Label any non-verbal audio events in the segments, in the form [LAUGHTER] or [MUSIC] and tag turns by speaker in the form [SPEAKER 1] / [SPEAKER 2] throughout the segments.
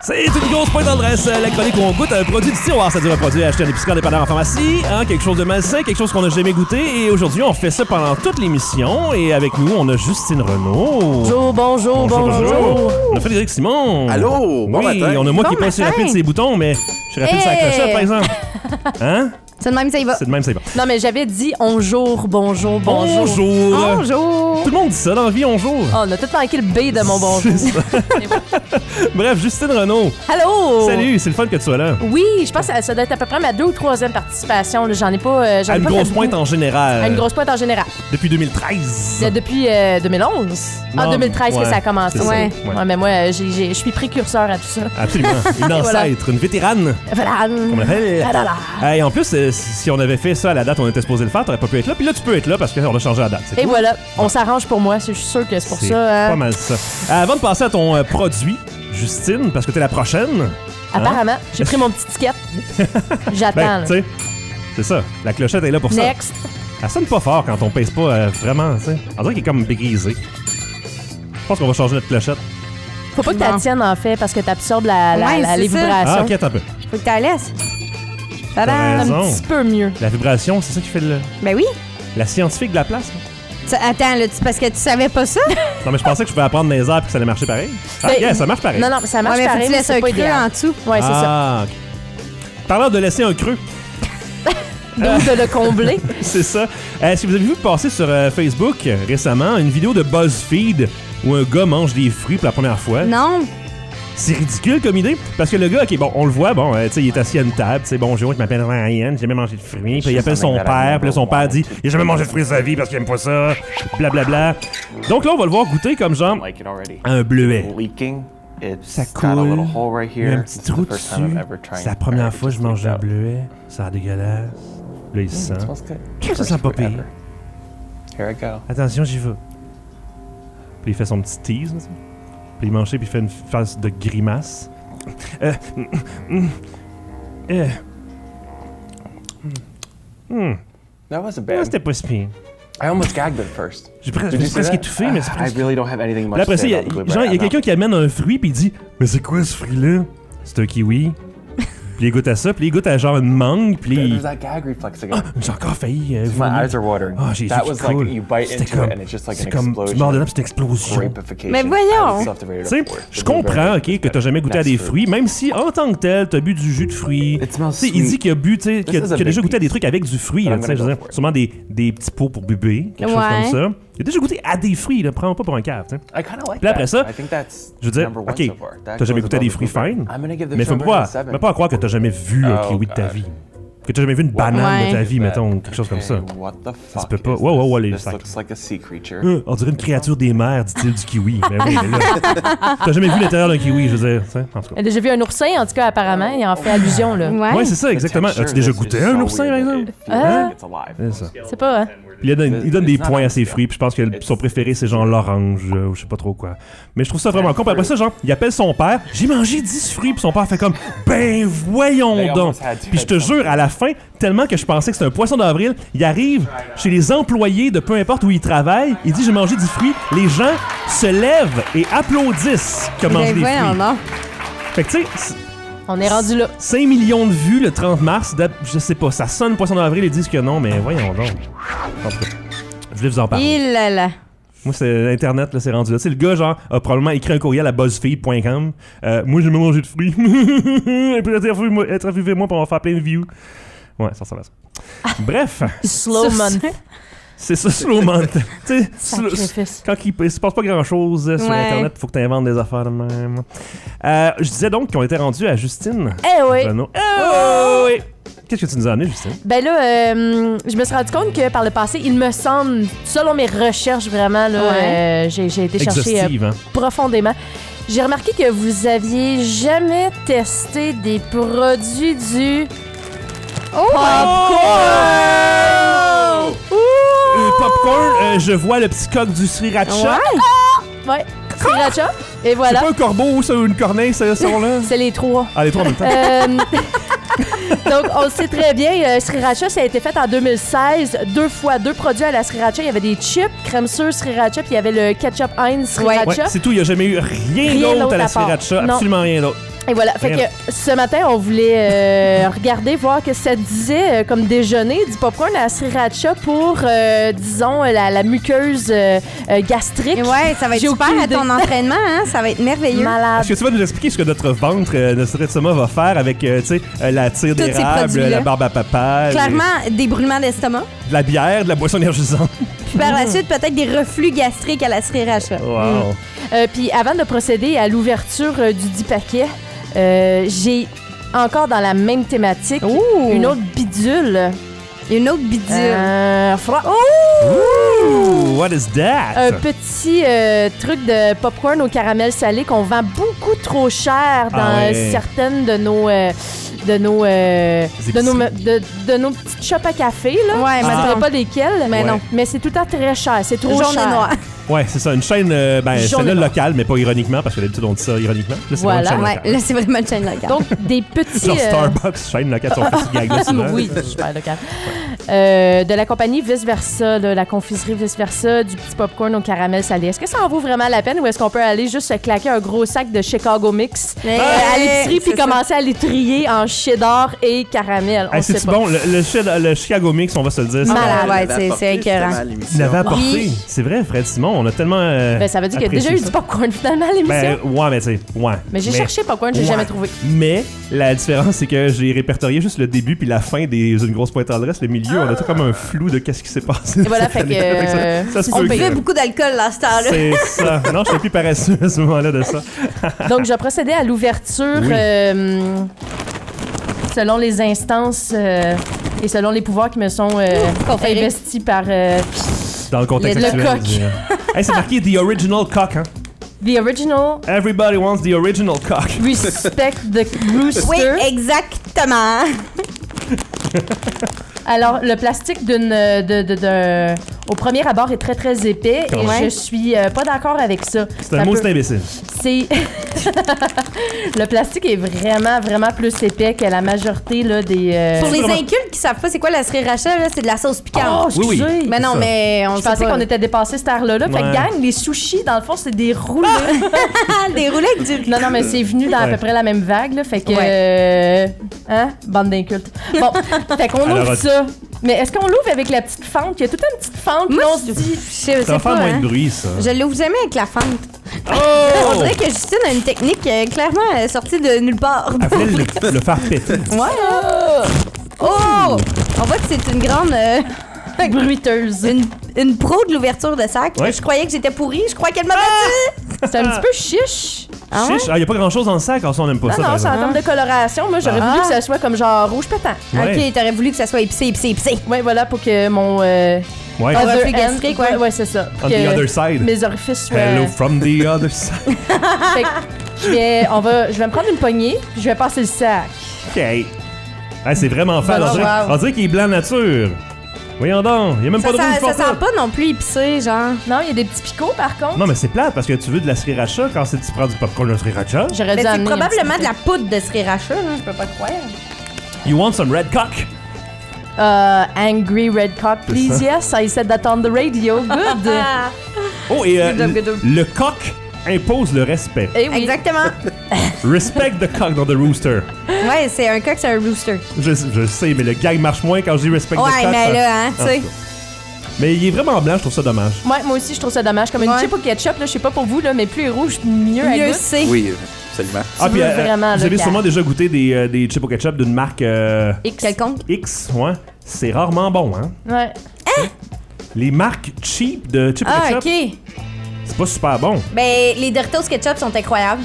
[SPEAKER 1] C'est une grosse pointe d'adresse, euh, la chronique où on goûte un produit du tiroir, c'est-à-dire un produit acheté à l'épicerie en dépanneur en pharmacie, hein, quelque chose de malsain, quelque chose qu'on n'a jamais goûté. Et aujourd'hui, on fait ça pendant toute l'émission. Et avec nous, on a Justine Renaud.
[SPEAKER 2] Bonjour, bonjour, bonjour.
[SPEAKER 1] On a Frédéric Simon.
[SPEAKER 3] Allô, bon
[SPEAKER 1] oui,
[SPEAKER 3] matin.
[SPEAKER 1] on a moi
[SPEAKER 2] Bon
[SPEAKER 1] qui est pas assez
[SPEAKER 2] matin. Eh.
[SPEAKER 1] rapide ses boutons, mais je suis rapide sur la
[SPEAKER 2] Hey.
[SPEAKER 1] clochette, par
[SPEAKER 2] [LAUGHS]
[SPEAKER 1] exemple. Hein?
[SPEAKER 2] C'est le même, ça y va.
[SPEAKER 1] C'est de même, c'est bon.
[SPEAKER 2] Non, mais j'avais dit bonjour, bonjour, bonjour. Ah,
[SPEAKER 1] Bonjour.
[SPEAKER 2] Bonjour.
[SPEAKER 1] Tout le monde dit ça dans la vie, on joue.
[SPEAKER 2] Oh, on a tout manqué le B de mon bonjour.
[SPEAKER 1] C'est ça. Bref, Justine Renaud.
[SPEAKER 2] Allô?
[SPEAKER 1] Salut, c'est le fun que tu sois là.
[SPEAKER 2] Oui, je pense que ça doit être à peu près ma deux ou troisième participation. là. J'en ai pas. euh, j'en
[SPEAKER 1] À
[SPEAKER 2] ai
[SPEAKER 1] une
[SPEAKER 2] pas
[SPEAKER 1] grosse
[SPEAKER 2] fait
[SPEAKER 1] pointe en général.
[SPEAKER 2] À une grosse pointe en général.
[SPEAKER 1] Depuis 2013.
[SPEAKER 2] C'est depuis euh, 2011.
[SPEAKER 1] Non,
[SPEAKER 2] en 2013
[SPEAKER 1] ouais,
[SPEAKER 2] que ça a commencé.
[SPEAKER 1] c'est ça,
[SPEAKER 2] Ouais.
[SPEAKER 1] ouais.
[SPEAKER 2] Ouais, mais moi, euh, j'ai- j'ai- je suis précurseur à tout ça. [LAUGHS]
[SPEAKER 1] Absolument. Une ancêtre,
[SPEAKER 2] Voilà.
[SPEAKER 1] une vétérane.
[SPEAKER 2] Voilà.
[SPEAKER 1] Comme on l'appelle.
[SPEAKER 2] Ah là là.
[SPEAKER 1] Hey, en plus, euh, si si on avait fait ça à la date où on était supposé le faire, t'aurais pas pu être là. Puis là, tu peux être là parce qu'on a changé la date. c'est
[SPEAKER 2] Et
[SPEAKER 1] cool.
[SPEAKER 2] voilà, on s'arrange pour moi. Je suis sûre que c'est pour
[SPEAKER 1] C'est
[SPEAKER 2] ça.
[SPEAKER 1] pas
[SPEAKER 2] hein.
[SPEAKER 1] mal ça. Euh, Avant de passer à ton euh, produit, Justine, parce que t'es la prochaine.
[SPEAKER 2] Apparemment, j'ai pris mon petit
[SPEAKER 1] [LAUGHS]
[SPEAKER 2] ticket. J'attends.
[SPEAKER 1] hein? Ben,
[SPEAKER 2] là.
[SPEAKER 1] tu sais, c'est ça. La clochette est là pour ça.
[SPEAKER 2] Next.
[SPEAKER 1] Elle sonne pas fort quand on pèse pas euh, vraiment, tu sais. On dirait qu'il est comme bégrisé. Je pense qu'on va changer notre clochette.
[SPEAKER 2] Faut pas que tu la
[SPEAKER 4] Bon.
[SPEAKER 2] tiennes, en fait, parce que tu absorbes la, la-
[SPEAKER 4] Ouais,
[SPEAKER 2] la-
[SPEAKER 4] c'est
[SPEAKER 2] les
[SPEAKER 4] ça.
[SPEAKER 1] Ah,
[SPEAKER 2] vibrations.
[SPEAKER 1] ok, attends un peu.
[SPEAKER 4] Faut que t'en laisses.
[SPEAKER 1] T'as
[SPEAKER 4] Ta-da!
[SPEAKER 1] raison.
[SPEAKER 2] Un petit peu mieux.
[SPEAKER 1] La vibration, c'est ça qui fait le,
[SPEAKER 4] Ben oui.
[SPEAKER 1] la scientifique de la place. là.
[SPEAKER 4] Tu- attends, là, tu- parce que tu savais pas ça?
[SPEAKER 1] Non, mais je pensais que je pouvais apprendre mes airs et que ça allait marcher pareil. Ah,
[SPEAKER 2] Ben,
[SPEAKER 1] yeah, ça marche pareil.
[SPEAKER 2] Non, non, ça marche
[SPEAKER 4] Ouais, mais faut que
[SPEAKER 2] pareil,
[SPEAKER 4] tu
[SPEAKER 2] mais
[SPEAKER 4] laisses
[SPEAKER 2] c'est
[SPEAKER 4] un
[SPEAKER 2] pas
[SPEAKER 4] creux
[SPEAKER 2] idéal.
[SPEAKER 4] en dessous.
[SPEAKER 2] Ouais, c'est ça.
[SPEAKER 1] ah, ok. Parlant de laisser un creux, [LAUGHS]
[SPEAKER 2] Donc, de le [LAUGHS] combler.
[SPEAKER 1] c'est ça. Euh, si vous avez vu passer sur euh, Facebook euh, récemment une vidéo de BuzzFeed où un gars mange des fruits pour la première fois,
[SPEAKER 4] Non.
[SPEAKER 1] c'est ridicule comme idée parce que le gars, ok, bon, on le voit, bon, euh, tu sais, il est assis à une table, tu sais, bonjour, je m'appelle Ryan, j'ai jamais mangé de fruits, puis il appelle son père, puis là, son père dit, il a jamais mangé de fruits de sa vie parce qu'il aime pas ça, blablabla. Donc là, on va le voir goûter comme genre
[SPEAKER 5] like it already.
[SPEAKER 1] un bleuet.
[SPEAKER 5] Leaking. It's
[SPEAKER 1] Ça
[SPEAKER 5] got a
[SPEAKER 1] coule.
[SPEAKER 5] little hole right
[SPEAKER 1] Il y a
[SPEAKER 5] here.
[SPEAKER 1] un
[SPEAKER 5] This
[SPEAKER 1] petit
[SPEAKER 5] is
[SPEAKER 1] trou
[SPEAKER 5] the first time
[SPEAKER 1] dessus.
[SPEAKER 5] I've ever tried
[SPEAKER 1] C'est la
[SPEAKER 5] it.
[SPEAKER 1] première
[SPEAKER 5] It
[SPEAKER 1] fois que je
[SPEAKER 5] just
[SPEAKER 1] mange
[SPEAKER 5] leaked
[SPEAKER 1] un
[SPEAKER 5] out. Mmh,
[SPEAKER 1] bleuet. Ça a dégueulasse. Là, il se sent.
[SPEAKER 5] Smells good.
[SPEAKER 1] Ça
[SPEAKER 5] First
[SPEAKER 1] sent pas
[SPEAKER 5] fruit
[SPEAKER 1] pire.
[SPEAKER 5] ever. Here I go.
[SPEAKER 1] Attention, j'y vais. Puis il fait son petit tease. là, tu sais. Puis il mange ça, puis il fait une face de grimace. Euh, mm, mm, euh, mm. Hmm.
[SPEAKER 5] That wasn't
[SPEAKER 1] Ouais,
[SPEAKER 5] bad.
[SPEAKER 1] Ah, C'était pas si pire.
[SPEAKER 5] I almost gagged at first.
[SPEAKER 1] J'ai pres-
[SPEAKER 5] Did
[SPEAKER 1] j'ai
[SPEAKER 5] you see
[SPEAKER 1] presque
[SPEAKER 5] that?
[SPEAKER 1] étouffé, mais c'est
[SPEAKER 5] I- I
[SPEAKER 1] presque...
[SPEAKER 5] really don't have anything much
[SPEAKER 1] Là, après ça,
[SPEAKER 5] to say
[SPEAKER 1] il y a,
[SPEAKER 5] about
[SPEAKER 1] genre,
[SPEAKER 5] the
[SPEAKER 1] il y a
[SPEAKER 5] blueberry.
[SPEAKER 1] quelqu'un qui amène un fruit puis il dit Mais c'est quoi ce fruit-là C'est un kiwi. puis il goûte à ça, puis il goûte à genre une mangue, puis
[SPEAKER 5] There's
[SPEAKER 1] il.
[SPEAKER 5] that gag reflex again.
[SPEAKER 1] J'ai encore failli. euh,
[SPEAKER 5] My
[SPEAKER 1] vomir.
[SPEAKER 5] eyes are watering.
[SPEAKER 1] Ah, j'ai les yeux
[SPEAKER 5] That
[SPEAKER 1] qui
[SPEAKER 5] was like
[SPEAKER 1] coulent.
[SPEAKER 5] you bite
[SPEAKER 1] C'était
[SPEAKER 5] into it
[SPEAKER 1] comme-
[SPEAKER 5] and it's just like
[SPEAKER 1] C'est
[SPEAKER 5] an
[SPEAKER 1] comme. Tu mords
[SPEAKER 5] explosion.
[SPEAKER 1] dedans, puis c'est une explosion.
[SPEAKER 5] Rapification.
[SPEAKER 4] Mais voyons!
[SPEAKER 5] I stuffed it right
[SPEAKER 1] Tu sais,
[SPEAKER 5] up for it.
[SPEAKER 1] je
[SPEAKER 5] The
[SPEAKER 1] comprends,
[SPEAKER 5] blueberry
[SPEAKER 1] ok,
[SPEAKER 5] is
[SPEAKER 1] que t'as jamais goûté à
[SPEAKER 5] next
[SPEAKER 1] des
[SPEAKER 5] fruit.
[SPEAKER 1] fruits, même si en tant que tel, t'as bu du jus de fruits.
[SPEAKER 5] It smells
[SPEAKER 1] Tu sais, il
[SPEAKER 5] sweet.
[SPEAKER 1] dit qu'il a bu, tu sais, qu'il a,
[SPEAKER 5] This is a
[SPEAKER 1] qu'il a déjà
[SPEAKER 5] big
[SPEAKER 1] goûté à des
[SPEAKER 5] piece.
[SPEAKER 1] trucs avec du fruit,
[SPEAKER 5] But
[SPEAKER 1] là,
[SPEAKER 5] I'm
[SPEAKER 1] tu sais,
[SPEAKER 5] gonna
[SPEAKER 1] je veux
[SPEAKER 5] go
[SPEAKER 1] dire,
[SPEAKER 5] for it.
[SPEAKER 1] sûrement des, des petits pots pour bébé, quelque chose
[SPEAKER 4] Ouais.
[SPEAKER 1] comme ça. Il a déjà goûté à des fruits, là, prends pas pour un cave, tu sais.
[SPEAKER 5] I kinda like
[SPEAKER 1] Puis après
[SPEAKER 5] that.
[SPEAKER 1] ça,
[SPEAKER 5] I think that's
[SPEAKER 1] Je veux dire,
[SPEAKER 5] number one
[SPEAKER 1] ok,
[SPEAKER 5] so far. That
[SPEAKER 1] t'as jamais
[SPEAKER 5] goes
[SPEAKER 1] goûté à
[SPEAKER 5] above
[SPEAKER 1] des
[SPEAKER 5] the
[SPEAKER 1] fruits
[SPEAKER 5] blueberry.
[SPEAKER 1] fines,
[SPEAKER 5] I'm gonna give the
[SPEAKER 1] mais faut
[SPEAKER 5] strawberry a
[SPEAKER 1] pas,
[SPEAKER 5] seven.
[SPEAKER 1] faut pas croire que t'as jamais vu un
[SPEAKER 5] Oh,
[SPEAKER 1] kiwi de ta
[SPEAKER 5] God.
[SPEAKER 1] vie. Que t'as jamais vu une banane
[SPEAKER 4] Ouais.
[SPEAKER 1] de ta vie,
[SPEAKER 5] That-
[SPEAKER 1] mettons, ou quelque chose comme ça.
[SPEAKER 5] okay, What the fuck
[SPEAKER 1] peut pas-
[SPEAKER 5] is
[SPEAKER 1] Ouais, ouais, ouais,
[SPEAKER 5] this?
[SPEAKER 1] les
[SPEAKER 5] This
[SPEAKER 1] sacs.
[SPEAKER 5] looks like a sea creature.
[SPEAKER 1] Euh, on dirait une créature des mers, dit-il, du kiwi. Ben oui, mais là, t'as jamais vu l'intérieur d'un kiwi, je veux dire, tu sais, en tout cas.
[SPEAKER 2] Elle a déjà vu un oursin, en tout cas, apparemment. Il en fait allusion, là.
[SPEAKER 4] Ouais.
[SPEAKER 1] Ouais, c'est ça, exactement.
[SPEAKER 5] The texture
[SPEAKER 1] As-tu déjà
[SPEAKER 5] of this
[SPEAKER 1] goûté
[SPEAKER 5] is
[SPEAKER 1] à un
[SPEAKER 5] so
[SPEAKER 1] oursin, par
[SPEAKER 5] weird.
[SPEAKER 1] exemple?
[SPEAKER 5] It feels
[SPEAKER 2] Hein?
[SPEAKER 5] like it's alive.
[SPEAKER 1] C'est ça.
[SPEAKER 2] C'est pas, hein?
[SPEAKER 1] Il donne, il donne des
[SPEAKER 5] It's not
[SPEAKER 1] points à ses
[SPEAKER 5] unfair.
[SPEAKER 1] fruits, puis je pense que le- son préféré, c'est genre l'orange, euh, ou je sais pas trop quoi. Mais je trouve ça vraiment con. Puis après ça, genre, il appelle son père, j'ai mangé 10 fruits, puis son père fait comme, ben
[SPEAKER 5] They
[SPEAKER 1] voyons donc.
[SPEAKER 5] almost had to
[SPEAKER 1] Puis je te
[SPEAKER 5] add
[SPEAKER 1] jure, à la fin, tellement que je pensais que c'était un poisson d'avril, il arrive chez les employés de peu importe où il travaille, il dit j'ai mangé 10 fruits, les gens se lèvent et applaudissent que mange
[SPEAKER 4] Ben
[SPEAKER 1] des
[SPEAKER 4] voyons,
[SPEAKER 1] fruits.
[SPEAKER 4] non.
[SPEAKER 1] Fait que tu sais, c-
[SPEAKER 2] On est rendu là.
[SPEAKER 1] 5 millions de vues le 30 mars, d'ab- je sais pas, ça sonne poisson d'avril, ils disent que non, mais voyons donc. En tout cas, je voulais vous en parler.
[SPEAKER 4] Il là là.
[SPEAKER 1] Moi, c'est Internet, là, c'est rendu là. Tu sais, le gars, genre, a probablement écrit un courriel à buzzfeed.com. Euh, moi, j'ai mangé de fruits. [LAUGHS] Et puis, interviewez-moi- interviewez-moi pour en faire plein de views. Ouais, ça ressemble à ça.
[SPEAKER 2] [LAUGHS]
[SPEAKER 1] Bref,
[SPEAKER 2] Slow
[SPEAKER 4] Sur
[SPEAKER 2] month.
[SPEAKER 1] c'est ça, slow month. tu
[SPEAKER 2] [LAUGHS]
[SPEAKER 1] sais, slow-
[SPEAKER 2] Sacrifice.
[SPEAKER 1] quand il, il se passe pas grand-chose euh, sur
[SPEAKER 4] Ouais.
[SPEAKER 1] Internet, faut que tu inventes des affaires de même. Euh, je disais donc qu'on était rendu à Justine.
[SPEAKER 2] Eh oui.
[SPEAKER 1] Renaud. Oh, oui. Qu'est-ce que tu nous as amené, Justine?
[SPEAKER 2] Ben là, euh, je me suis rendu compte que par le passé, il me semble, selon mes recherches vraiment, là,
[SPEAKER 4] Ouais.
[SPEAKER 2] euh, j'ai j'ai été chercher euh,
[SPEAKER 1] Exhaustive, hein?
[SPEAKER 2] profondément. J'ai remarqué que vous aviez jamais testé des produits du
[SPEAKER 4] Oh!
[SPEAKER 1] Popcorn! Euh, popcorn, euh, je vois le petit coq du sriracha.
[SPEAKER 4] Ouais.
[SPEAKER 2] Ah! ouais, sriracha. Et
[SPEAKER 1] C'est
[SPEAKER 2] voilà,
[SPEAKER 1] pas un corbeau ou ça, une corneille, ce son-là?
[SPEAKER 2] c'est les trois.
[SPEAKER 1] Ah, les trois en même temps.
[SPEAKER 2] Euh, [LAUGHS] donc, on le sait très bien, euh, Sriracha, ça a été fait en 2016. Deux fois deux produits à la Sriracha. Il y avait des chips, crème sûre Sriracha, puis il y avait le ketchup Heinz Sriracha.
[SPEAKER 1] Ouais, c'est tout, il n'y a jamais eu rien,
[SPEAKER 2] Rien
[SPEAKER 1] d'autre à
[SPEAKER 2] d'autre
[SPEAKER 1] la
[SPEAKER 2] à part.
[SPEAKER 1] sriracha,
[SPEAKER 2] Non.
[SPEAKER 1] absolument rien d'autre.
[SPEAKER 2] Et voilà. Fait
[SPEAKER 1] Rien.
[SPEAKER 2] que ce matin, on voulait euh, regarder, voir que ça disait euh, comme déjeuner du popcorn à la sriracha pour, euh, disons, la, la muqueuse euh, euh, gastrique.
[SPEAKER 4] Et ouais, ça va être
[SPEAKER 2] J'ai
[SPEAKER 4] super
[SPEAKER 2] aucune
[SPEAKER 4] à ton
[SPEAKER 2] idée.
[SPEAKER 4] entraînement, hein? Ça va être merveilleux.
[SPEAKER 2] Malade.
[SPEAKER 1] Est-ce que tu vas nous expliquer ce que notre ventre, euh, notre estomac va faire avec, euh, tu sais, euh, la tire
[SPEAKER 4] Tous ces
[SPEAKER 1] d'érable,
[SPEAKER 4] produits-là.
[SPEAKER 1] la barbe à papa, les-
[SPEAKER 4] Clairement, des brûlements d'estomac.
[SPEAKER 1] de la bière, de la boisson énergisante?
[SPEAKER 4] Puis par
[SPEAKER 2] Mm.
[SPEAKER 4] la suite, peut-être des reflux gastriques à la sriracha. Mm.
[SPEAKER 1] Wow.
[SPEAKER 2] Euh, Puis avant de procéder à l'ouverture euh, du dit paquet, euh, j'ai encore dans la même thématique
[SPEAKER 4] Ouh.
[SPEAKER 2] une autre bidule.
[SPEAKER 4] Une autre bidule.
[SPEAKER 2] Euh, fra-
[SPEAKER 1] Ooh, what is that?
[SPEAKER 2] un petit euh, truc de popcorn au caramel salé qu'on vend beaucoup trop cher dans
[SPEAKER 1] Ah ouais.
[SPEAKER 2] euh, certaines de nos euh, de nos euh,
[SPEAKER 1] Des
[SPEAKER 2] de nos
[SPEAKER 1] épiceries.
[SPEAKER 2] me- de, de nos petites shops à café là.
[SPEAKER 4] Ouais,
[SPEAKER 2] Je
[SPEAKER 4] mais
[SPEAKER 2] ne
[SPEAKER 1] Ah.
[SPEAKER 2] saurais pas lesquelles,
[SPEAKER 4] Mais
[SPEAKER 1] Ouais. non.
[SPEAKER 2] Mais c'est tout le temps très cher, c'est trop
[SPEAKER 4] Jaune et
[SPEAKER 2] cher.
[SPEAKER 4] noir.
[SPEAKER 1] Ouais, c'est ça, une chaîne, euh, ben,
[SPEAKER 2] Jaune
[SPEAKER 1] celle-là
[SPEAKER 2] et noir.
[SPEAKER 1] locale, mais pas ironiquement, parce que d'habitude on dit ça ironiquement. Là, c'est
[SPEAKER 2] Voilà,
[SPEAKER 1] vraiment une chaîne
[SPEAKER 4] Ah Ouais,
[SPEAKER 1] locale.
[SPEAKER 2] [LAUGHS]
[SPEAKER 4] là, c'est vraiment une chaîne locale.
[SPEAKER 2] Donc des petits
[SPEAKER 1] Genre
[SPEAKER 2] euh,
[SPEAKER 1] Starbucks, chaîne locale,
[SPEAKER 2] [LAUGHS]
[SPEAKER 1] son petit gag-là, souvent. [LAUGHS]
[SPEAKER 2] Ah, oui, super local. Euh, de la compagnie Vice Versa, de la confiserie Vice Versa, du petit popcorn au caramel salé. Est-ce que ça en vaut vraiment la peine ou est-ce qu'on peut aller juste se claquer un gros sac de Chicago Mix
[SPEAKER 4] Mais-
[SPEAKER 2] euh, à l'épicerie
[SPEAKER 4] c'est
[SPEAKER 2] puis
[SPEAKER 4] ça.
[SPEAKER 2] commencer à les trier en cheddar et caramel? On
[SPEAKER 1] Hey,
[SPEAKER 2] sait
[SPEAKER 1] C'est-tu
[SPEAKER 2] pas.
[SPEAKER 1] bon? Le, le Chi- le Chicago Mix, on va se le dire. c'est-
[SPEAKER 4] Malade.
[SPEAKER 5] Ah,
[SPEAKER 4] ouais,
[SPEAKER 5] il l'avait
[SPEAKER 4] c'est- c'est
[SPEAKER 5] apporté,
[SPEAKER 4] écœurant.
[SPEAKER 5] justement, à
[SPEAKER 1] Il
[SPEAKER 5] l'émission.
[SPEAKER 1] l'avait apporté.
[SPEAKER 4] Oui.
[SPEAKER 1] C'est vrai, Fred Simon, on a tellement. euh,
[SPEAKER 2] Ben, ça veut dire qu'il y a déjà eu
[SPEAKER 1] apprécié
[SPEAKER 2] du popcorn finalement à l'émission.
[SPEAKER 1] Ben, ouais, mais tu sais, ouais.
[SPEAKER 2] mais j'ai cherché popcorn, j'ai
[SPEAKER 1] ouais.
[SPEAKER 2] jamais trouvé.
[SPEAKER 1] Mais la différence, c'est que j'ai répertorié juste le début puis la fin des Une grosse pointe tendresse. Le milieu, on a tout comme un flou de qu'est-ce qui s'est passé. [LAUGHS]
[SPEAKER 2] Et voilà,
[SPEAKER 1] cette
[SPEAKER 2] fait que,
[SPEAKER 1] année.
[SPEAKER 2] euh,
[SPEAKER 1] ça, ça se
[SPEAKER 4] On
[SPEAKER 1] peut
[SPEAKER 4] buvait
[SPEAKER 1] que-
[SPEAKER 4] beaucoup d'alcool, là, à cette heure-là.
[SPEAKER 1] C'est ça. Non, je suis plus paresseux à ce moment-là de ça.
[SPEAKER 2] Donc, je procédais à l'ouverture
[SPEAKER 1] Oui.
[SPEAKER 2] euh, selon les instances euh, et selon les pouvoirs qui me sont euh,
[SPEAKER 4] conférés.
[SPEAKER 2] investis par euh,
[SPEAKER 1] Dans le contexte
[SPEAKER 2] Le- le
[SPEAKER 1] actuel.
[SPEAKER 2] coq.
[SPEAKER 1] je dirais. hey, c'est marqué The Original Cock, hein?
[SPEAKER 2] The Original
[SPEAKER 1] Everybody wants the original cock.
[SPEAKER 2] Respect the Rooster.
[SPEAKER 4] Oui, exactement.
[SPEAKER 2] Alors, le plastique d'une, euh, de, de- de- au premier abord est très, très épais
[SPEAKER 1] Quand
[SPEAKER 2] et
[SPEAKER 1] même.
[SPEAKER 2] je suis euh, pas d'accord avec ça.
[SPEAKER 1] C'est un
[SPEAKER 2] Ça
[SPEAKER 1] mot
[SPEAKER 2] peut-
[SPEAKER 1] imbécile.
[SPEAKER 2] c'est- [LAUGHS] le plastique est vraiment, vraiment plus épais que la majorité là, des... euh,
[SPEAKER 4] Pour les
[SPEAKER 1] vraiment-
[SPEAKER 4] incultes qui savent pas c'est quoi la sriracha, là, c'est de la sauce
[SPEAKER 2] Oh,
[SPEAKER 4] piquante.
[SPEAKER 1] Oui, oui.
[SPEAKER 2] excusez!
[SPEAKER 4] mais non,
[SPEAKER 1] ça.
[SPEAKER 4] mais on
[SPEAKER 2] Je
[SPEAKER 4] sait
[SPEAKER 2] pensais
[SPEAKER 4] pas.
[SPEAKER 2] qu'on était dépassé cette heure-là. Fait
[SPEAKER 1] Ouais.
[SPEAKER 2] que gang, les sushis, dans le fond, c'est des roulés.
[SPEAKER 4] [LAUGHS] Ah, des roulés avec du riz.
[SPEAKER 2] non, non, mais c'est venu dans à
[SPEAKER 1] Ouais.
[SPEAKER 2] peu près la même vague. Là, fait que... euh, hein? Bande d'incultes. Bon, fait qu'on
[SPEAKER 1] Alors,
[SPEAKER 2] ouvre ça. Mais est-ce qu'on l'ouvre avec la petite fente? Il y a toute une petite fente.
[SPEAKER 4] Moi,
[SPEAKER 2] là, on
[SPEAKER 4] je-
[SPEAKER 2] se dit-
[SPEAKER 4] je sais
[SPEAKER 1] Ça va
[SPEAKER 4] pas,
[SPEAKER 1] faire moins
[SPEAKER 4] hein.
[SPEAKER 1] de bruit, ça.
[SPEAKER 4] Je l'ouvre jamais avec la fente. On
[SPEAKER 1] Oh!
[SPEAKER 4] dirait que Justine a une technique euh, clairement euh, sortie de nulle part.
[SPEAKER 1] [LAUGHS] Elle voulait le, le faire péter.
[SPEAKER 4] Ouais.
[SPEAKER 1] Ah,
[SPEAKER 4] Oh! On voit que c'est une grande.
[SPEAKER 2] [LAUGHS]
[SPEAKER 4] euh,
[SPEAKER 2] bruiteuse.
[SPEAKER 4] une, une pro de l'ouverture de sac.
[SPEAKER 1] Ouais. Ah!
[SPEAKER 4] Je croyais que j'étais pourrie. Je crois qu'elle m'a battue.
[SPEAKER 2] C'est un petit peu chiche. Ah
[SPEAKER 4] Ah ouais?
[SPEAKER 1] Chiche, ah, y a pas grand chose dans le sac, alors ça, on aime pas ça.
[SPEAKER 2] Non,
[SPEAKER 1] par
[SPEAKER 2] non, c'est en
[SPEAKER 1] exemple.
[SPEAKER 2] termes de coloration. Moi, j'aurais
[SPEAKER 4] Ah.
[SPEAKER 2] voulu que ça soit comme genre rouge pétant.
[SPEAKER 1] Ouais.
[SPEAKER 4] Ok, t'aurais voulu que ça soit épicé, épicé, épicé.
[SPEAKER 2] Ouais, voilà, pour que mon. Euh,
[SPEAKER 1] Ouais.
[SPEAKER 4] Ah,
[SPEAKER 2] other
[SPEAKER 4] reflux
[SPEAKER 2] end-
[SPEAKER 4] gastrique, ouais.
[SPEAKER 2] ouais. Ouais, c'est ça.
[SPEAKER 1] On
[SPEAKER 2] Que
[SPEAKER 1] the other side.
[SPEAKER 2] Mes orifices soient.
[SPEAKER 4] Euh.
[SPEAKER 1] Hello from the other
[SPEAKER 4] [LAUGHS]
[SPEAKER 1] side.
[SPEAKER 2] Fait que je vais, on va, je vais me prendre une poignée, puis je vais passer le sac.
[SPEAKER 1] OK. Hey, c'est vraiment fade.
[SPEAKER 4] Bah,
[SPEAKER 2] Voilà,
[SPEAKER 1] on dirait,
[SPEAKER 2] wow.
[SPEAKER 1] on dirait qu'il est blanc nature. Voyons donc. Il a même
[SPEAKER 4] Ça,
[SPEAKER 1] pas de
[SPEAKER 4] sent-
[SPEAKER 1] rouge pour
[SPEAKER 4] ça sent pas non plus épicé, genre.
[SPEAKER 2] Non, il y a des petits picots, par contre.
[SPEAKER 1] Non, mais c'est plate parce que tu veux de la sriracha quand c'est- tu prends du popcorn de sriracha.
[SPEAKER 2] J'aurais dû
[SPEAKER 4] Mais c'est
[SPEAKER 2] amener un
[SPEAKER 4] probablement
[SPEAKER 2] petit
[SPEAKER 4] de la poudre de sriracha, là, je peux pas croire.
[SPEAKER 1] You want some red cock?
[SPEAKER 2] peu. Euh, angry red cock, please,
[SPEAKER 1] ça.
[SPEAKER 2] yes, I said that on the radio. Good.
[SPEAKER 4] [LAUGHS] Ah,
[SPEAKER 1] Oh, et euh,
[SPEAKER 4] Good job, good job.
[SPEAKER 1] le coq impose le respect.
[SPEAKER 2] Eh oui.
[SPEAKER 4] Exactement.
[SPEAKER 1] Respect the cock dans The Rooster.
[SPEAKER 4] ouais, c'est un coq, c'est un rooster.
[SPEAKER 1] Je, je sais, mais le gag marche moins quand je dis respect the
[SPEAKER 4] Ouais,
[SPEAKER 1] cock.
[SPEAKER 4] mais
[SPEAKER 1] ça-
[SPEAKER 4] là, hein,
[SPEAKER 1] En
[SPEAKER 4] tu sais.
[SPEAKER 1] tout cas. Mais il est vraiment blanc, je trouve ça dommage.
[SPEAKER 2] Ouais, moi aussi, je trouve ça dommage. Comme une
[SPEAKER 4] Ouais.
[SPEAKER 2] chip au ketchup, là, je sais pas pour vous, là, mais plus elle est rouge, mieux elle
[SPEAKER 4] Mieux
[SPEAKER 2] goûte.
[SPEAKER 4] c'est.
[SPEAKER 5] Oui, absolument.
[SPEAKER 1] ah, puis
[SPEAKER 2] veux vraiment
[SPEAKER 1] vous
[SPEAKER 2] le
[SPEAKER 1] avez
[SPEAKER 2] gag.
[SPEAKER 1] sûrement déjà goûté des, euh, des chips au ketchup d'une marque euh,
[SPEAKER 4] Quelconque.
[SPEAKER 1] X, ouais. C'est rarement bon, hein.
[SPEAKER 2] Ouais.
[SPEAKER 1] Les marques cheap de chips au
[SPEAKER 4] Ah,
[SPEAKER 1] ketchup,
[SPEAKER 4] ok.
[SPEAKER 1] c'est pas super bon.
[SPEAKER 4] Ben, les Doritos Ketchup sont incroyables.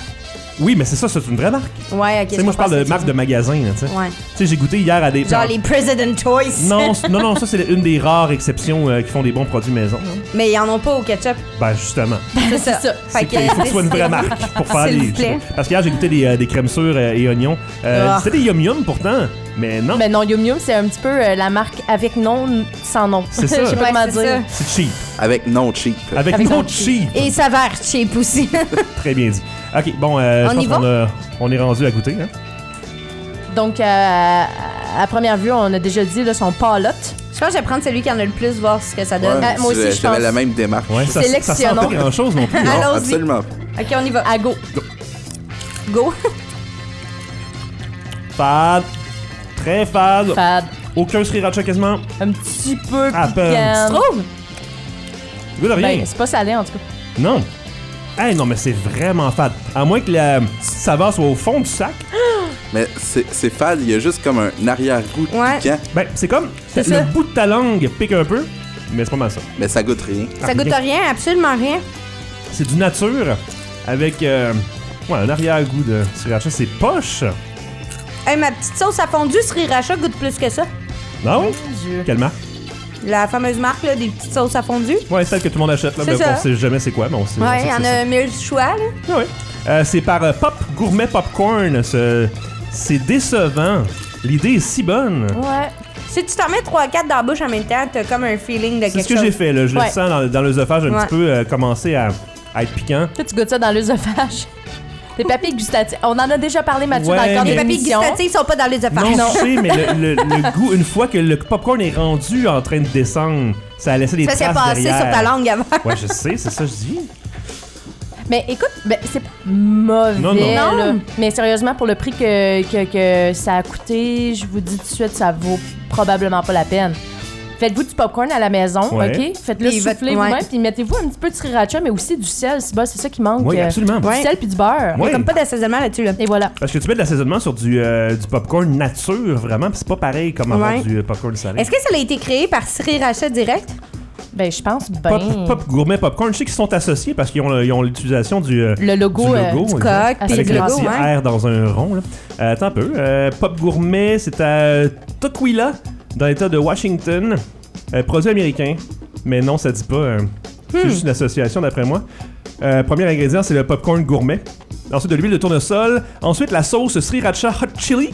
[SPEAKER 1] Oui, mais c'est ça, c'est une vraie marque.
[SPEAKER 4] Ouais, ok.
[SPEAKER 1] Tu sais, moi, je parle de marque de magasin, là, tu sais.
[SPEAKER 4] Ouais.
[SPEAKER 1] Tu sais, j'ai goûté hier à des... Ah.
[SPEAKER 4] Genre les President Choice.
[SPEAKER 1] Non, c- non, non, ça, c'est une des rares exceptions euh, qui font des bons produits maison. hein.
[SPEAKER 4] Mais ils en ont pas au [LAUGHS] ketchup.
[SPEAKER 1] Ben, justement.
[SPEAKER 4] C'est ça.
[SPEAKER 1] C'est
[SPEAKER 4] Fait
[SPEAKER 1] qu'il faut que ce soit une vraie marque pour faire
[SPEAKER 4] S'il
[SPEAKER 1] les...
[SPEAKER 4] vous plaît.
[SPEAKER 1] Parce qu'hier, j'ai goûté des, euh, des crèmes sûres euh, et oignons. Euh,
[SPEAKER 4] Ah.
[SPEAKER 1] C'était des yum-yum, pourtant, mais non,
[SPEAKER 2] Mais Ben non, Yum Yum, c'est un petit peu euh, la marque avec nom, n- sans nom.
[SPEAKER 1] C'est ça.
[SPEAKER 2] [LAUGHS] Je sais pas
[SPEAKER 4] Ouais,
[SPEAKER 2] comment
[SPEAKER 4] c'est
[SPEAKER 2] dire.
[SPEAKER 1] c'est cheap.
[SPEAKER 5] Avec non cheap.
[SPEAKER 1] Avec,
[SPEAKER 2] Avec
[SPEAKER 1] non
[SPEAKER 2] non
[SPEAKER 1] cheap.
[SPEAKER 4] Et ça va cheap aussi. [LAUGHS]
[SPEAKER 1] Très bien dit. OK, bon, euh, je
[SPEAKER 4] On
[SPEAKER 1] pense
[SPEAKER 4] y
[SPEAKER 1] qu'on a- on est rendu à goûter, hein.
[SPEAKER 2] Donc, euh, à première vue, on a déjà dit, là, son palotte.
[SPEAKER 4] je pense que je vais prendre celui qui en a le plus, voir ce que ça donne. Euh,
[SPEAKER 2] Ah, moi aussi, je
[SPEAKER 5] J'avais
[SPEAKER 2] pense.
[SPEAKER 5] la même démarche.
[SPEAKER 1] Ouais, ça, ça sent pas hein.
[SPEAKER 2] Sélectionnons.
[SPEAKER 1] grand-chose non plus.
[SPEAKER 5] Non,
[SPEAKER 4] Allons-y.
[SPEAKER 5] absolument
[SPEAKER 4] [LAUGHS]
[SPEAKER 5] pas.
[SPEAKER 4] Ok, on y va.
[SPEAKER 2] À go.
[SPEAKER 4] Go.
[SPEAKER 1] Fade. Très fade.
[SPEAKER 2] Fade.
[SPEAKER 1] Aucun sriracha quasiment.
[SPEAKER 2] Un petit peu
[SPEAKER 1] À peine.
[SPEAKER 2] piquant.
[SPEAKER 4] Trouve?
[SPEAKER 1] Goût de rien.
[SPEAKER 2] Ben, c'est pas salé, en tout cas.
[SPEAKER 1] non. Hey, non, mais c'est vraiment fade. À moins que la saveur soit au fond du sac.
[SPEAKER 3] Mais c'est c'est fade, il y a juste comme un arrière-goût
[SPEAKER 4] Ouais.
[SPEAKER 3] piquant,
[SPEAKER 1] Ben, c'est comme le
[SPEAKER 4] ça.
[SPEAKER 1] bout de ta langue pique un peu, mais c'est pas mal ça.
[SPEAKER 3] mais ça goûte rien.
[SPEAKER 4] Ça goûte rien, absolument rien.
[SPEAKER 1] C'est du nature avec euh, ouais, un arrière-goût de sriracha. C'est poche.
[SPEAKER 4] Hey, ma petite sauce à fondue sriracha goûte plus que ça.
[SPEAKER 1] Non? oui?
[SPEAKER 2] Dieu.
[SPEAKER 1] Quelle marque?
[SPEAKER 4] La fameuse marque là, des petites sauces à fondue.
[SPEAKER 1] Ouais, celle que tout le monde achète. Là,
[SPEAKER 4] C'est
[SPEAKER 1] mais
[SPEAKER 4] ça.
[SPEAKER 1] on sait jamais c'est quoi, mais on sait. on sait
[SPEAKER 4] Ouais, il y
[SPEAKER 1] que
[SPEAKER 4] en
[SPEAKER 1] c'est
[SPEAKER 4] a mille choix, là.
[SPEAKER 1] ça. Ouais, ouais. Euh, c'est par euh, Pop Gourmet Popcorn. ce- C'est décevant. L'idée est si bonne.
[SPEAKER 2] Ouais.
[SPEAKER 4] Si tu t'en mets 3-4 dans la bouche en même temps, t'as comme un feeling de quelque
[SPEAKER 1] C'est
[SPEAKER 4] chose.
[SPEAKER 1] ce que j'ai fait. Là. Je
[SPEAKER 2] Ouais.
[SPEAKER 1] le sens dans, dans l'œsophage un
[SPEAKER 4] Ouais.
[SPEAKER 1] petit peu euh, commencer à, à être piquant.
[SPEAKER 2] Toi, tu goûtes ça dans [LAUGHS] l'œsophage. Tes papilles gustatives. On en a déjà parlé, Mathieu,
[SPEAKER 1] Ouais,
[SPEAKER 2] dans le cadre
[SPEAKER 1] mais-
[SPEAKER 4] Les
[SPEAKER 2] des
[SPEAKER 4] papilles
[SPEAKER 2] papilles gustatives.
[SPEAKER 4] gustatives sont pas dans les
[SPEAKER 1] Non,
[SPEAKER 4] affaires.
[SPEAKER 1] je sais, mais le,
[SPEAKER 4] [LAUGHS]
[SPEAKER 1] le- le goût, une fois que le popcorn est rendu en train de descendre, ça a laissé des
[SPEAKER 4] Ça s'est
[SPEAKER 1] traces
[SPEAKER 4] passé
[SPEAKER 1] derrière.
[SPEAKER 4] sur ta langue avant.
[SPEAKER 1] Ouais, je sais, c'est ça que je dis.
[SPEAKER 2] Mais écoute, ben, c'est pas mauvais.
[SPEAKER 1] Non, non.
[SPEAKER 2] là. Mais sérieusement, pour le prix que, que, que ça a coûté, je vous dis tout de suite, ça vaut probablement pas la peine. Faites-vous du popcorn à la maison,
[SPEAKER 1] Ouais.
[SPEAKER 2] OK? Faites-le
[SPEAKER 4] Puis votre-
[SPEAKER 2] souffler vous-même,
[SPEAKER 4] ouais.
[SPEAKER 2] puis mettez-vous un petit peu de sriracha, mais aussi du sel, si bas, c'est ça qui manque.
[SPEAKER 1] Oui,
[SPEAKER 2] euh,
[SPEAKER 1] absolument.
[SPEAKER 2] Du
[SPEAKER 4] Ouais.
[SPEAKER 2] sel puis du beurre.
[SPEAKER 1] Oui.
[SPEAKER 4] Comme pas d'assaisonnement là-dessus, là.
[SPEAKER 2] Et voilà.
[SPEAKER 1] Parce que tu mets de l'assaisonnement sur du, euh, du popcorn nature, vraiment, pis c'est pas pareil comme avoir
[SPEAKER 4] Ouais.
[SPEAKER 1] du euh, popcorn salé.
[SPEAKER 4] Est-ce que ça a été créé par Sriracha direct?
[SPEAKER 2] Ben, je pense ben...
[SPEAKER 1] Pop, pop gourmet popcorn, je sais qu'ils sont associés parce qu'ils ont le- ils ont l'utilisation du, euh,
[SPEAKER 2] Le logo,
[SPEAKER 1] du
[SPEAKER 2] euh,
[SPEAKER 1] logo,
[SPEAKER 2] du
[SPEAKER 1] exact.
[SPEAKER 4] Coq,
[SPEAKER 2] Ah,
[SPEAKER 4] puis
[SPEAKER 1] avec
[SPEAKER 4] du
[SPEAKER 1] le
[SPEAKER 4] logo,
[SPEAKER 1] petit
[SPEAKER 4] ouais.
[SPEAKER 1] R dans un rond. Là. Euh, attends un peu. Euh, Pop Gourmet, c'est à Tokwila, dans l'État de Washington. Euh, produit américain. Mais non, ça dit pas. euh, C'est
[SPEAKER 4] Hmm.
[SPEAKER 1] juste une association, d'après moi. Euh, premier ingrédient, c'est le popcorn gourmet. Ensuite, de l'huile de tournesol. Ensuite, la sauce sriracha hot chili.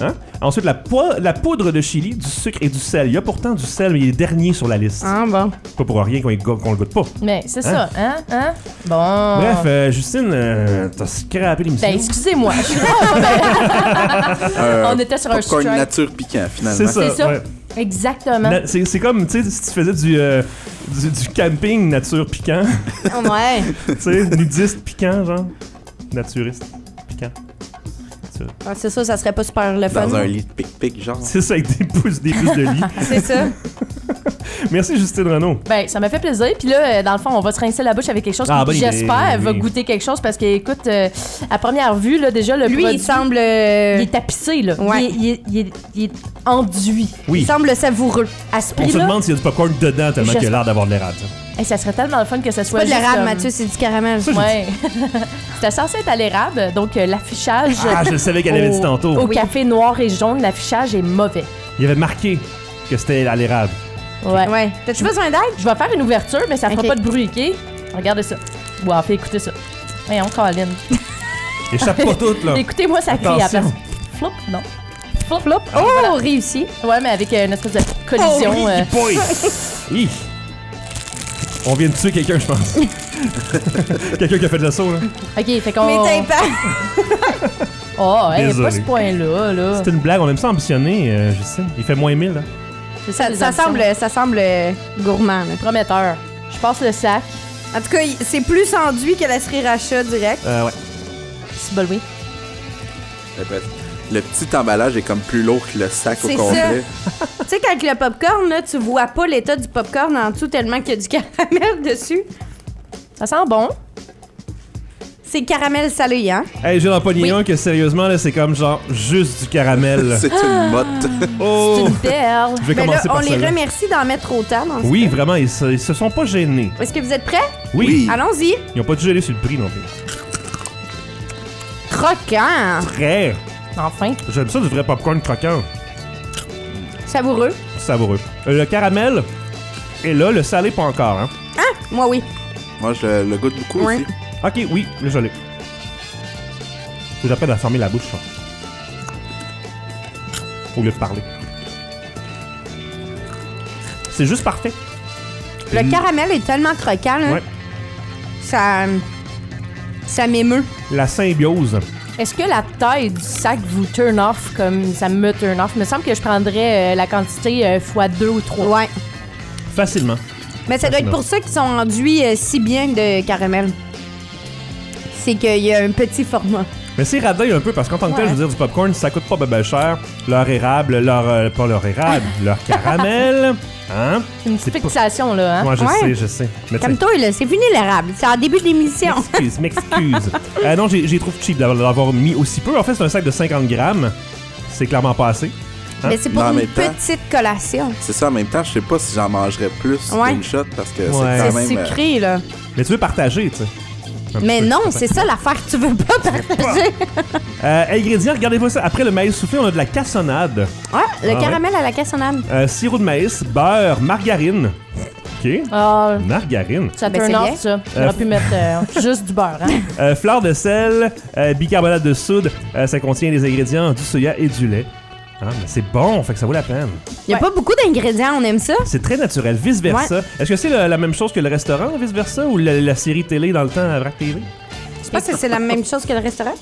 [SPEAKER 1] Hein? Ensuite, la, poi- la poudre de chili, du sucre et du sel. Il y a pourtant du sel, mais il est dernier sur la liste.
[SPEAKER 4] Ah bon.
[SPEAKER 1] C'est Pas pour rien qu'on y go- qu'on le goûte pas.
[SPEAKER 2] Mais c'est
[SPEAKER 1] Hein?
[SPEAKER 2] ça, hein? Hein? Bon.
[SPEAKER 4] Ah.
[SPEAKER 1] Bref, euh, Justine, euh, t'as scrappé l'émission. [LAUGHS]
[SPEAKER 2] Ben, excusez-moi. je suis vraiment pas-
[SPEAKER 3] Euh,
[SPEAKER 2] On était sur un
[SPEAKER 3] popcorn
[SPEAKER 2] strike.
[SPEAKER 3] nature piquant, finalement.
[SPEAKER 1] C'est ça.
[SPEAKER 2] c'est ça.
[SPEAKER 1] ouais.
[SPEAKER 2] Exactement.
[SPEAKER 1] Na- C'est c'est comme, tu sais, si tu faisais du, euh, du, du camping nature piquant,
[SPEAKER 4] ouais.
[SPEAKER 1] tu sais, nudiste piquant, genre, naturiste piquant. Nature.
[SPEAKER 4] Ah, C'est ça, ça serait pas super le fun.
[SPEAKER 3] Dans un lit de pic-pic, genre.
[SPEAKER 1] C'est ça, avec des pouces, des pouces de lit.
[SPEAKER 4] C'est ça.
[SPEAKER 1] Merci, Justine Renaud.
[SPEAKER 2] Ben, ça m'a fait plaisir. Puis là, euh, dans le fond, on va se rincer la bouche avec quelque chose
[SPEAKER 1] Ah,
[SPEAKER 2] qui,
[SPEAKER 1] bonne idée,
[SPEAKER 2] j'espère, va
[SPEAKER 1] oui.
[SPEAKER 2] goûter quelque chose parce que, écoute, euh, à première vue, là, déjà, le
[SPEAKER 4] Lui,
[SPEAKER 2] produit,
[SPEAKER 4] il semble.
[SPEAKER 2] il
[SPEAKER 4] euh,
[SPEAKER 2] est tapissé, là.
[SPEAKER 4] Ouais.
[SPEAKER 2] Il, est, il est- il est- il est enduit.
[SPEAKER 4] Il
[SPEAKER 1] Oui.
[SPEAKER 4] semble savoureux.
[SPEAKER 2] À
[SPEAKER 1] On
[SPEAKER 2] ce
[SPEAKER 1] se
[SPEAKER 2] prix-là,
[SPEAKER 1] demande s'il y a du popcorn dedans tellement qu'il a
[SPEAKER 2] J'espère.
[SPEAKER 1] l'air d'avoir de l'érable. ça.
[SPEAKER 2] hey, ça serait tellement le fun que ça soit
[SPEAKER 4] Pas de
[SPEAKER 2] juste,
[SPEAKER 4] l'érable,
[SPEAKER 2] euh,
[SPEAKER 4] Mathieu, c'est du caramel.
[SPEAKER 2] Ouais. [LAUGHS] C'était censé être à l'érable, donc euh, l'affichage
[SPEAKER 1] Ah, je savais qu'elle avait dit
[SPEAKER 2] au
[SPEAKER 1] tantôt.
[SPEAKER 2] café noir et jaune, l'affichage est mauvais.
[SPEAKER 1] Il avait marqué que c'était à l'érable.
[SPEAKER 2] Ouais.
[SPEAKER 4] Ouais. T'as-tu besoin d'aide?
[SPEAKER 2] Je vais faire une ouverture, mais ça fera
[SPEAKER 4] Ok.
[SPEAKER 2] pas de bruit, OK? Regardez ça. Wow, fait écouter ça. Hey, on colline.
[SPEAKER 1] Échappe
[SPEAKER 2] [LAUGHS]
[SPEAKER 1] pas toutes, là.
[SPEAKER 2] Écoutez-moi, ça crie à la place.
[SPEAKER 1] Ah. Attention.
[SPEAKER 2] Flop, non. Flop, flop.
[SPEAKER 4] Oh, réussi.
[SPEAKER 2] Ouais, mais avec euh, une espèce de collision.
[SPEAKER 1] Oh,
[SPEAKER 2] euh,
[SPEAKER 1] boy. Hi. On vient de tuer quelqu'un, je pense.
[SPEAKER 2] [LAUGHS]
[SPEAKER 1] quelqu'un qui a fait de l'assaut, là.
[SPEAKER 2] OK, fait
[SPEAKER 4] Mais
[SPEAKER 2] qu'on...
[SPEAKER 4] t'as pas.
[SPEAKER 2] Oh, hey,
[SPEAKER 1] Désolé.
[SPEAKER 2] pas ce point-là, là.
[SPEAKER 1] C'est une blague, on aime ça ambitionner, euh, Justine. Il fait moins hein. 1000, là.
[SPEAKER 2] C'est
[SPEAKER 4] Ça,
[SPEAKER 2] les
[SPEAKER 4] ça
[SPEAKER 2] ambitions.
[SPEAKER 4] semble, ça semble euh, gourmand. là.
[SPEAKER 2] Prometteur. Je passe le sac.
[SPEAKER 4] En tout cas, il- c'est plus enduit que la sriracha direct.
[SPEAKER 1] Euh, ouais.
[SPEAKER 2] C'est bon, oui.
[SPEAKER 3] Ça peut être- Le petit emballage est comme plus lourd que le sac au
[SPEAKER 4] C'est
[SPEAKER 3] complet.
[SPEAKER 4] tu sais, quand le popcorn, là, tu vois pas l'état du popcorn en dessous tellement qu'il y a du [LAUGHS] caramel dessus.
[SPEAKER 2] Ça sent bon.
[SPEAKER 4] C'est caramel salé, hein?
[SPEAKER 1] Hey, j'ai en pogné
[SPEAKER 2] Oui.
[SPEAKER 1] un que sérieusement, là, c'est comme genre juste du caramel.
[SPEAKER 3] [LAUGHS] C'est une motte. [LAUGHS]
[SPEAKER 1] oh!
[SPEAKER 2] C'est
[SPEAKER 1] [LAUGHS]
[SPEAKER 2] une perle.
[SPEAKER 1] Je vais
[SPEAKER 4] Mais Ben là,
[SPEAKER 1] commencer
[SPEAKER 4] on
[SPEAKER 1] par
[SPEAKER 4] les
[SPEAKER 1] celle-là.
[SPEAKER 4] remercie d'en mettre autant. Dans
[SPEAKER 1] Oui, vraiment, ils se, ils se sont pas gênés.
[SPEAKER 4] Est-ce que vous êtes prêts?
[SPEAKER 1] Oui.
[SPEAKER 3] Oui.
[SPEAKER 4] Allons-y.
[SPEAKER 1] Ils ont pas gêné sur le prix non plus.
[SPEAKER 4] Croquant.
[SPEAKER 1] Très!
[SPEAKER 2] Enfin.
[SPEAKER 1] J'aime ça du vrai popcorn croquant.
[SPEAKER 4] Savoureux.
[SPEAKER 1] Savoureux. Euh, le caramel, et là, le salé, pas encore, hein.
[SPEAKER 4] Moi, oui.
[SPEAKER 3] Moi, je le goûte beaucoup
[SPEAKER 4] Ouais.
[SPEAKER 3] aussi.
[SPEAKER 1] Ok, oui, là, je l'ai. Faut que j'apprenne à fermer la bouche, ça. Au lieu de parler. C'est juste parfait.
[SPEAKER 4] Le caramel est tellement croquant, là.
[SPEAKER 1] Ouais.
[SPEAKER 4] Ça. Ça m'émeut.
[SPEAKER 1] La symbiose.
[SPEAKER 2] Est-ce que la taille du sac vous turn off comme ça me turn off? Il me semble que je prendrais euh, la quantité euh, fois deux ou trois.
[SPEAKER 4] Ouais.
[SPEAKER 1] Facilement.
[SPEAKER 4] Mais ça doit être pour ça qu'ils sont enduits euh, si bien de caramel. C'est qu'il y a un petit format.
[SPEAKER 1] Mais c'est radin un peu parce qu'en tant que tel,
[SPEAKER 2] Ouais.
[SPEAKER 1] je veux dire, du popcorn, ça coûte pas ben ben cher. Leur érable, leur. euh, pas leur
[SPEAKER 4] [LAUGHS]
[SPEAKER 1] érable, leur caramel. Hein?
[SPEAKER 2] Une
[SPEAKER 1] C'est
[SPEAKER 2] petite fixation, là, hein?
[SPEAKER 1] Moi, je
[SPEAKER 4] Ah, Ouais.
[SPEAKER 1] sais, je sais. Mais tu sais-
[SPEAKER 4] Comme toi, là, c'est fini l'érable. C'est en début de l'émission.
[SPEAKER 1] M'excuse,
[SPEAKER 4] [LAUGHS]
[SPEAKER 1] m'excuse. Euh, non, j'ai j'ai trouvé cheap d'avoir- d'avoir mis aussi peu. En fait, c'est un sac de 50 grammes. C'est clairement pas assez.
[SPEAKER 4] Mais c'est
[SPEAKER 3] Mais
[SPEAKER 4] pour
[SPEAKER 3] en
[SPEAKER 4] une
[SPEAKER 3] même temps-
[SPEAKER 4] petite collation.
[SPEAKER 3] C'est ça, en même temps, je sais pas si j'en mangerais plus
[SPEAKER 4] Ouais.
[SPEAKER 3] d'une shot parce que
[SPEAKER 1] Ouais.
[SPEAKER 3] c'est
[SPEAKER 4] Ah, C'est
[SPEAKER 3] quand même. euh,
[SPEAKER 4] sucré, là.
[SPEAKER 1] Mais tu veux partager, tu sais. Un
[SPEAKER 4] Mais
[SPEAKER 1] petit peu.
[SPEAKER 4] non, c'est ça l'affaire que tu veux pas
[SPEAKER 3] [LAUGHS]
[SPEAKER 4] partager.
[SPEAKER 1] Euh, ingrédients, regardez pas ça. Après le maïs soufflé, on a de la cassonade.
[SPEAKER 4] Ouais, le
[SPEAKER 1] Ah ouais.
[SPEAKER 4] caramel à la cassonade.
[SPEAKER 1] Euh, sirop de maïs, beurre, margarine. OK.
[SPEAKER 2] Ah,
[SPEAKER 1] Margarine.
[SPEAKER 2] ça
[SPEAKER 4] Ben,
[SPEAKER 2] turn
[SPEAKER 4] c'est
[SPEAKER 2] off,
[SPEAKER 4] bien.
[SPEAKER 2] ça. J'aurais pu mettre
[SPEAKER 1] [LAUGHS]
[SPEAKER 2] euh, juste du beurre, hein?
[SPEAKER 1] Euh, fleur de sel, euh, bicarbonate de soude. Euh, ça contient les ingrédients du soya et du lait. Ah, mais c'est bon, fait que ça vaut la peine.
[SPEAKER 4] Il y a
[SPEAKER 2] Ouais.
[SPEAKER 4] pas beaucoup d'ingrédients, on aime ça.
[SPEAKER 1] C'est très naturel, vice-versa. Est-ce que c'est la, la même chose que le restaurant, vice-versa, ou la, la série télé dans le temps à Vrac TV?
[SPEAKER 4] Je pense que c'est la même chose que le restaurant.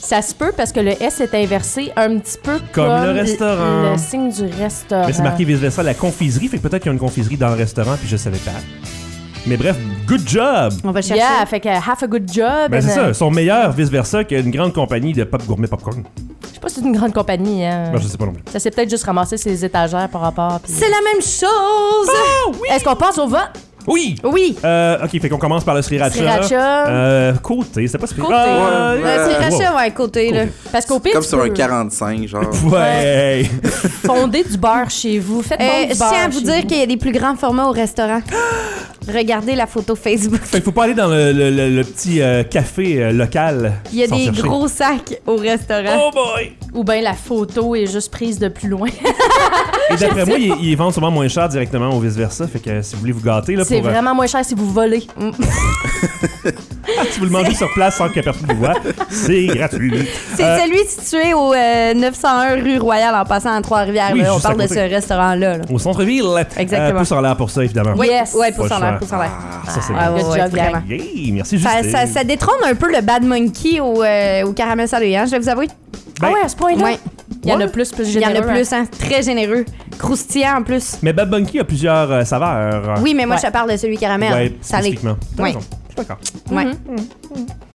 [SPEAKER 2] Ça se peut parce que le S est inversé un petit peu comme,
[SPEAKER 1] le restaurant.
[SPEAKER 2] Le, signe du restaurant.
[SPEAKER 1] Mais c'est marqué vice-versa, la confiserie, fait que peut-être qu'il y a une confiserie dans le restaurant, puis je savais pas. Mais bref, good job!
[SPEAKER 4] On va chercher.
[SPEAKER 2] Yeah, fait que half a good job.
[SPEAKER 1] Ben c'est
[SPEAKER 2] and,
[SPEAKER 1] ça,
[SPEAKER 2] euh,
[SPEAKER 1] ils sont meilleurs vice-versa qu'une grande compagnie de pop gourmet popcorn.
[SPEAKER 2] Je sais pas si c'est une grande compagnie. Hein.
[SPEAKER 1] Ben, je sais pas non plus.
[SPEAKER 2] Ça s'est peut-être juste ramassé ses étagères par rapport. puis-
[SPEAKER 4] C'est la même chose.
[SPEAKER 1] Ah,
[SPEAKER 2] Est-ce qu'on passe au vote?
[SPEAKER 1] Oui!
[SPEAKER 4] Oui.
[SPEAKER 1] Euh, ok, fait qu'on commence par le sriracha.
[SPEAKER 2] Oh. Sriracha.
[SPEAKER 1] Euh, côté, c'est pas sriracha.
[SPEAKER 2] Côté.
[SPEAKER 1] Ah,
[SPEAKER 3] Ouais.
[SPEAKER 4] Euh,
[SPEAKER 3] Euh,
[SPEAKER 4] c'est
[SPEAKER 1] ouais.
[SPEAKER 4] rachat, ouais, côté, là.
[SPEAKER 2] Parce qu'au pire,
[SPEAKER 3] Comme
[SPEAKER 2] tu
[SPEAKER 3] sur un
[SPEAKER 2] peux
[SPEAKER 3] 45, genre.
[SPEAKER 1] Ouais!
[SPEAKER 2] fonder du beurre chez vous. Faites
[SPEAKER 4] Euh,
[SPEAKER 2] bon
[SPEAKER 4] je
[SPEAKER 2] du beurre
[SPEAKER 4] tiens à vous
[SPEAKER 2] chez
[SPEAKER 4] dire qu'il y a des plus grands formats au [GASPS] restaurant. Regardez la photo [LAUGHS] Facebook.
[SPEAKER 1] fait qu'il faut pas aller dans le, le- le- le petit euh, café euh, local.
[SPEAKER 4] Il y a
[SPEAKER 1] sans
[SPEAKER 4] des
[SPEAKER 1] chercher.
[SPEAKER 4] gros sacs au restaurant.
[SPEAKER 1] Oh boy!
[SPEAKER 2] Ou bien la photo est juste prise de plus loin.
[SPEAKER 1] Et d'après moi, ils, ils vendent sûrement moins cher directement ou vice-versa. Fait que euh, si vous voulez vous gâter, là,
[SPEAKER 2] C'est
[SPEAKER 1] pour, euh,
[SPEAKER 2] vraiment moins cher si vous volez.
[SPEAKER 1] Ben, si vous le mangez sur place sans que personne
[SPEAKER 4] [LAUGHS]
[SPEAKER 1] vous voit, c'est gratuit.
[SPEAKER 4] C'est
[SPEAKER 1] Euh,
[SPEAKER 4] celui situé au euh, 901 rue Royale en passant à Trois-Rivières.
[SPEAKER 1] Oui,
[SPEAKER 4] là. on
[SPEAKER 1] juste à
[SPEAKER 4] parle de
[SPEAKER 1] côté.
[SPEAKER 4] ce restaurant-là. là.
[SPEAKER 1] Au centre-ville.
[SPEAKER 4] Exactement.
[SPEAKER 1] Euh, pouce en l'air pour ça, évidemment.
[SPEAKER 2] Oui. Yes.
[SPEAKER 4] Ouais, pouce
[SPEAKER 1] Pas
[SPEAKER 4] en
[SPEAKER 1] le
[SPEAKER 4] l'air,
[SPEAKER 1] choix.
[SPEAKER 4] pouce en l'air.
[SPEAKER 1] Ça, c'est
[SPEAKER 4] Ouais,
[SPEAKER 1] bon.
[SPEAKER 4] ouais,
[SPEAKER 2] Good
[SPEAKER 4] Ah, ouais,
[SPEAKER 2] job, gang.
[SPEAKER 4] vraiment.
[SPEAKER 1] Yay, merci,
[SPEAKER 4] Ça,
[SPEAKER 1] Justine.
[SPEAKER 4] ça, ça détrône un peu le Bad Monkey au, euh, au caramel salé, hein, je vais vous avouer.
[SPEAKER 1] Ben,
[SPEAKER 2] ah ouais, à ce point-là?
[SPEAKER 4] Ouais.
[SPEAKER 2] Il y en a
[SPEAKER 1] Ouais.
[SPEAKER 2] plus, plus
[SPEAKER 4] Il y en
[SPEAKER 2] généreux.
[SPEAKER 4] a plus, hein, très généreux. Croustillant en plus.
[SPEAKER 1] Mais Bad Bunky a plusieurs euh, saveurs.
[SPEAKER 4] Oui, mais moi,
[SPEAKER 2] Ouais.
[SPEAKER 4] je te parle de celui caramel.
[SPEAKER 1] ouais,
[SPEAKER 4] salé.
[SPEAKER 1] spécifiquement. T'as
[SPEAKER 4] Ouais.
[SPEAKER 2] Mm-hmm.
[SPEAKER 1] raison. Je suis d'accord.
[SPEAKER 4] Ouais.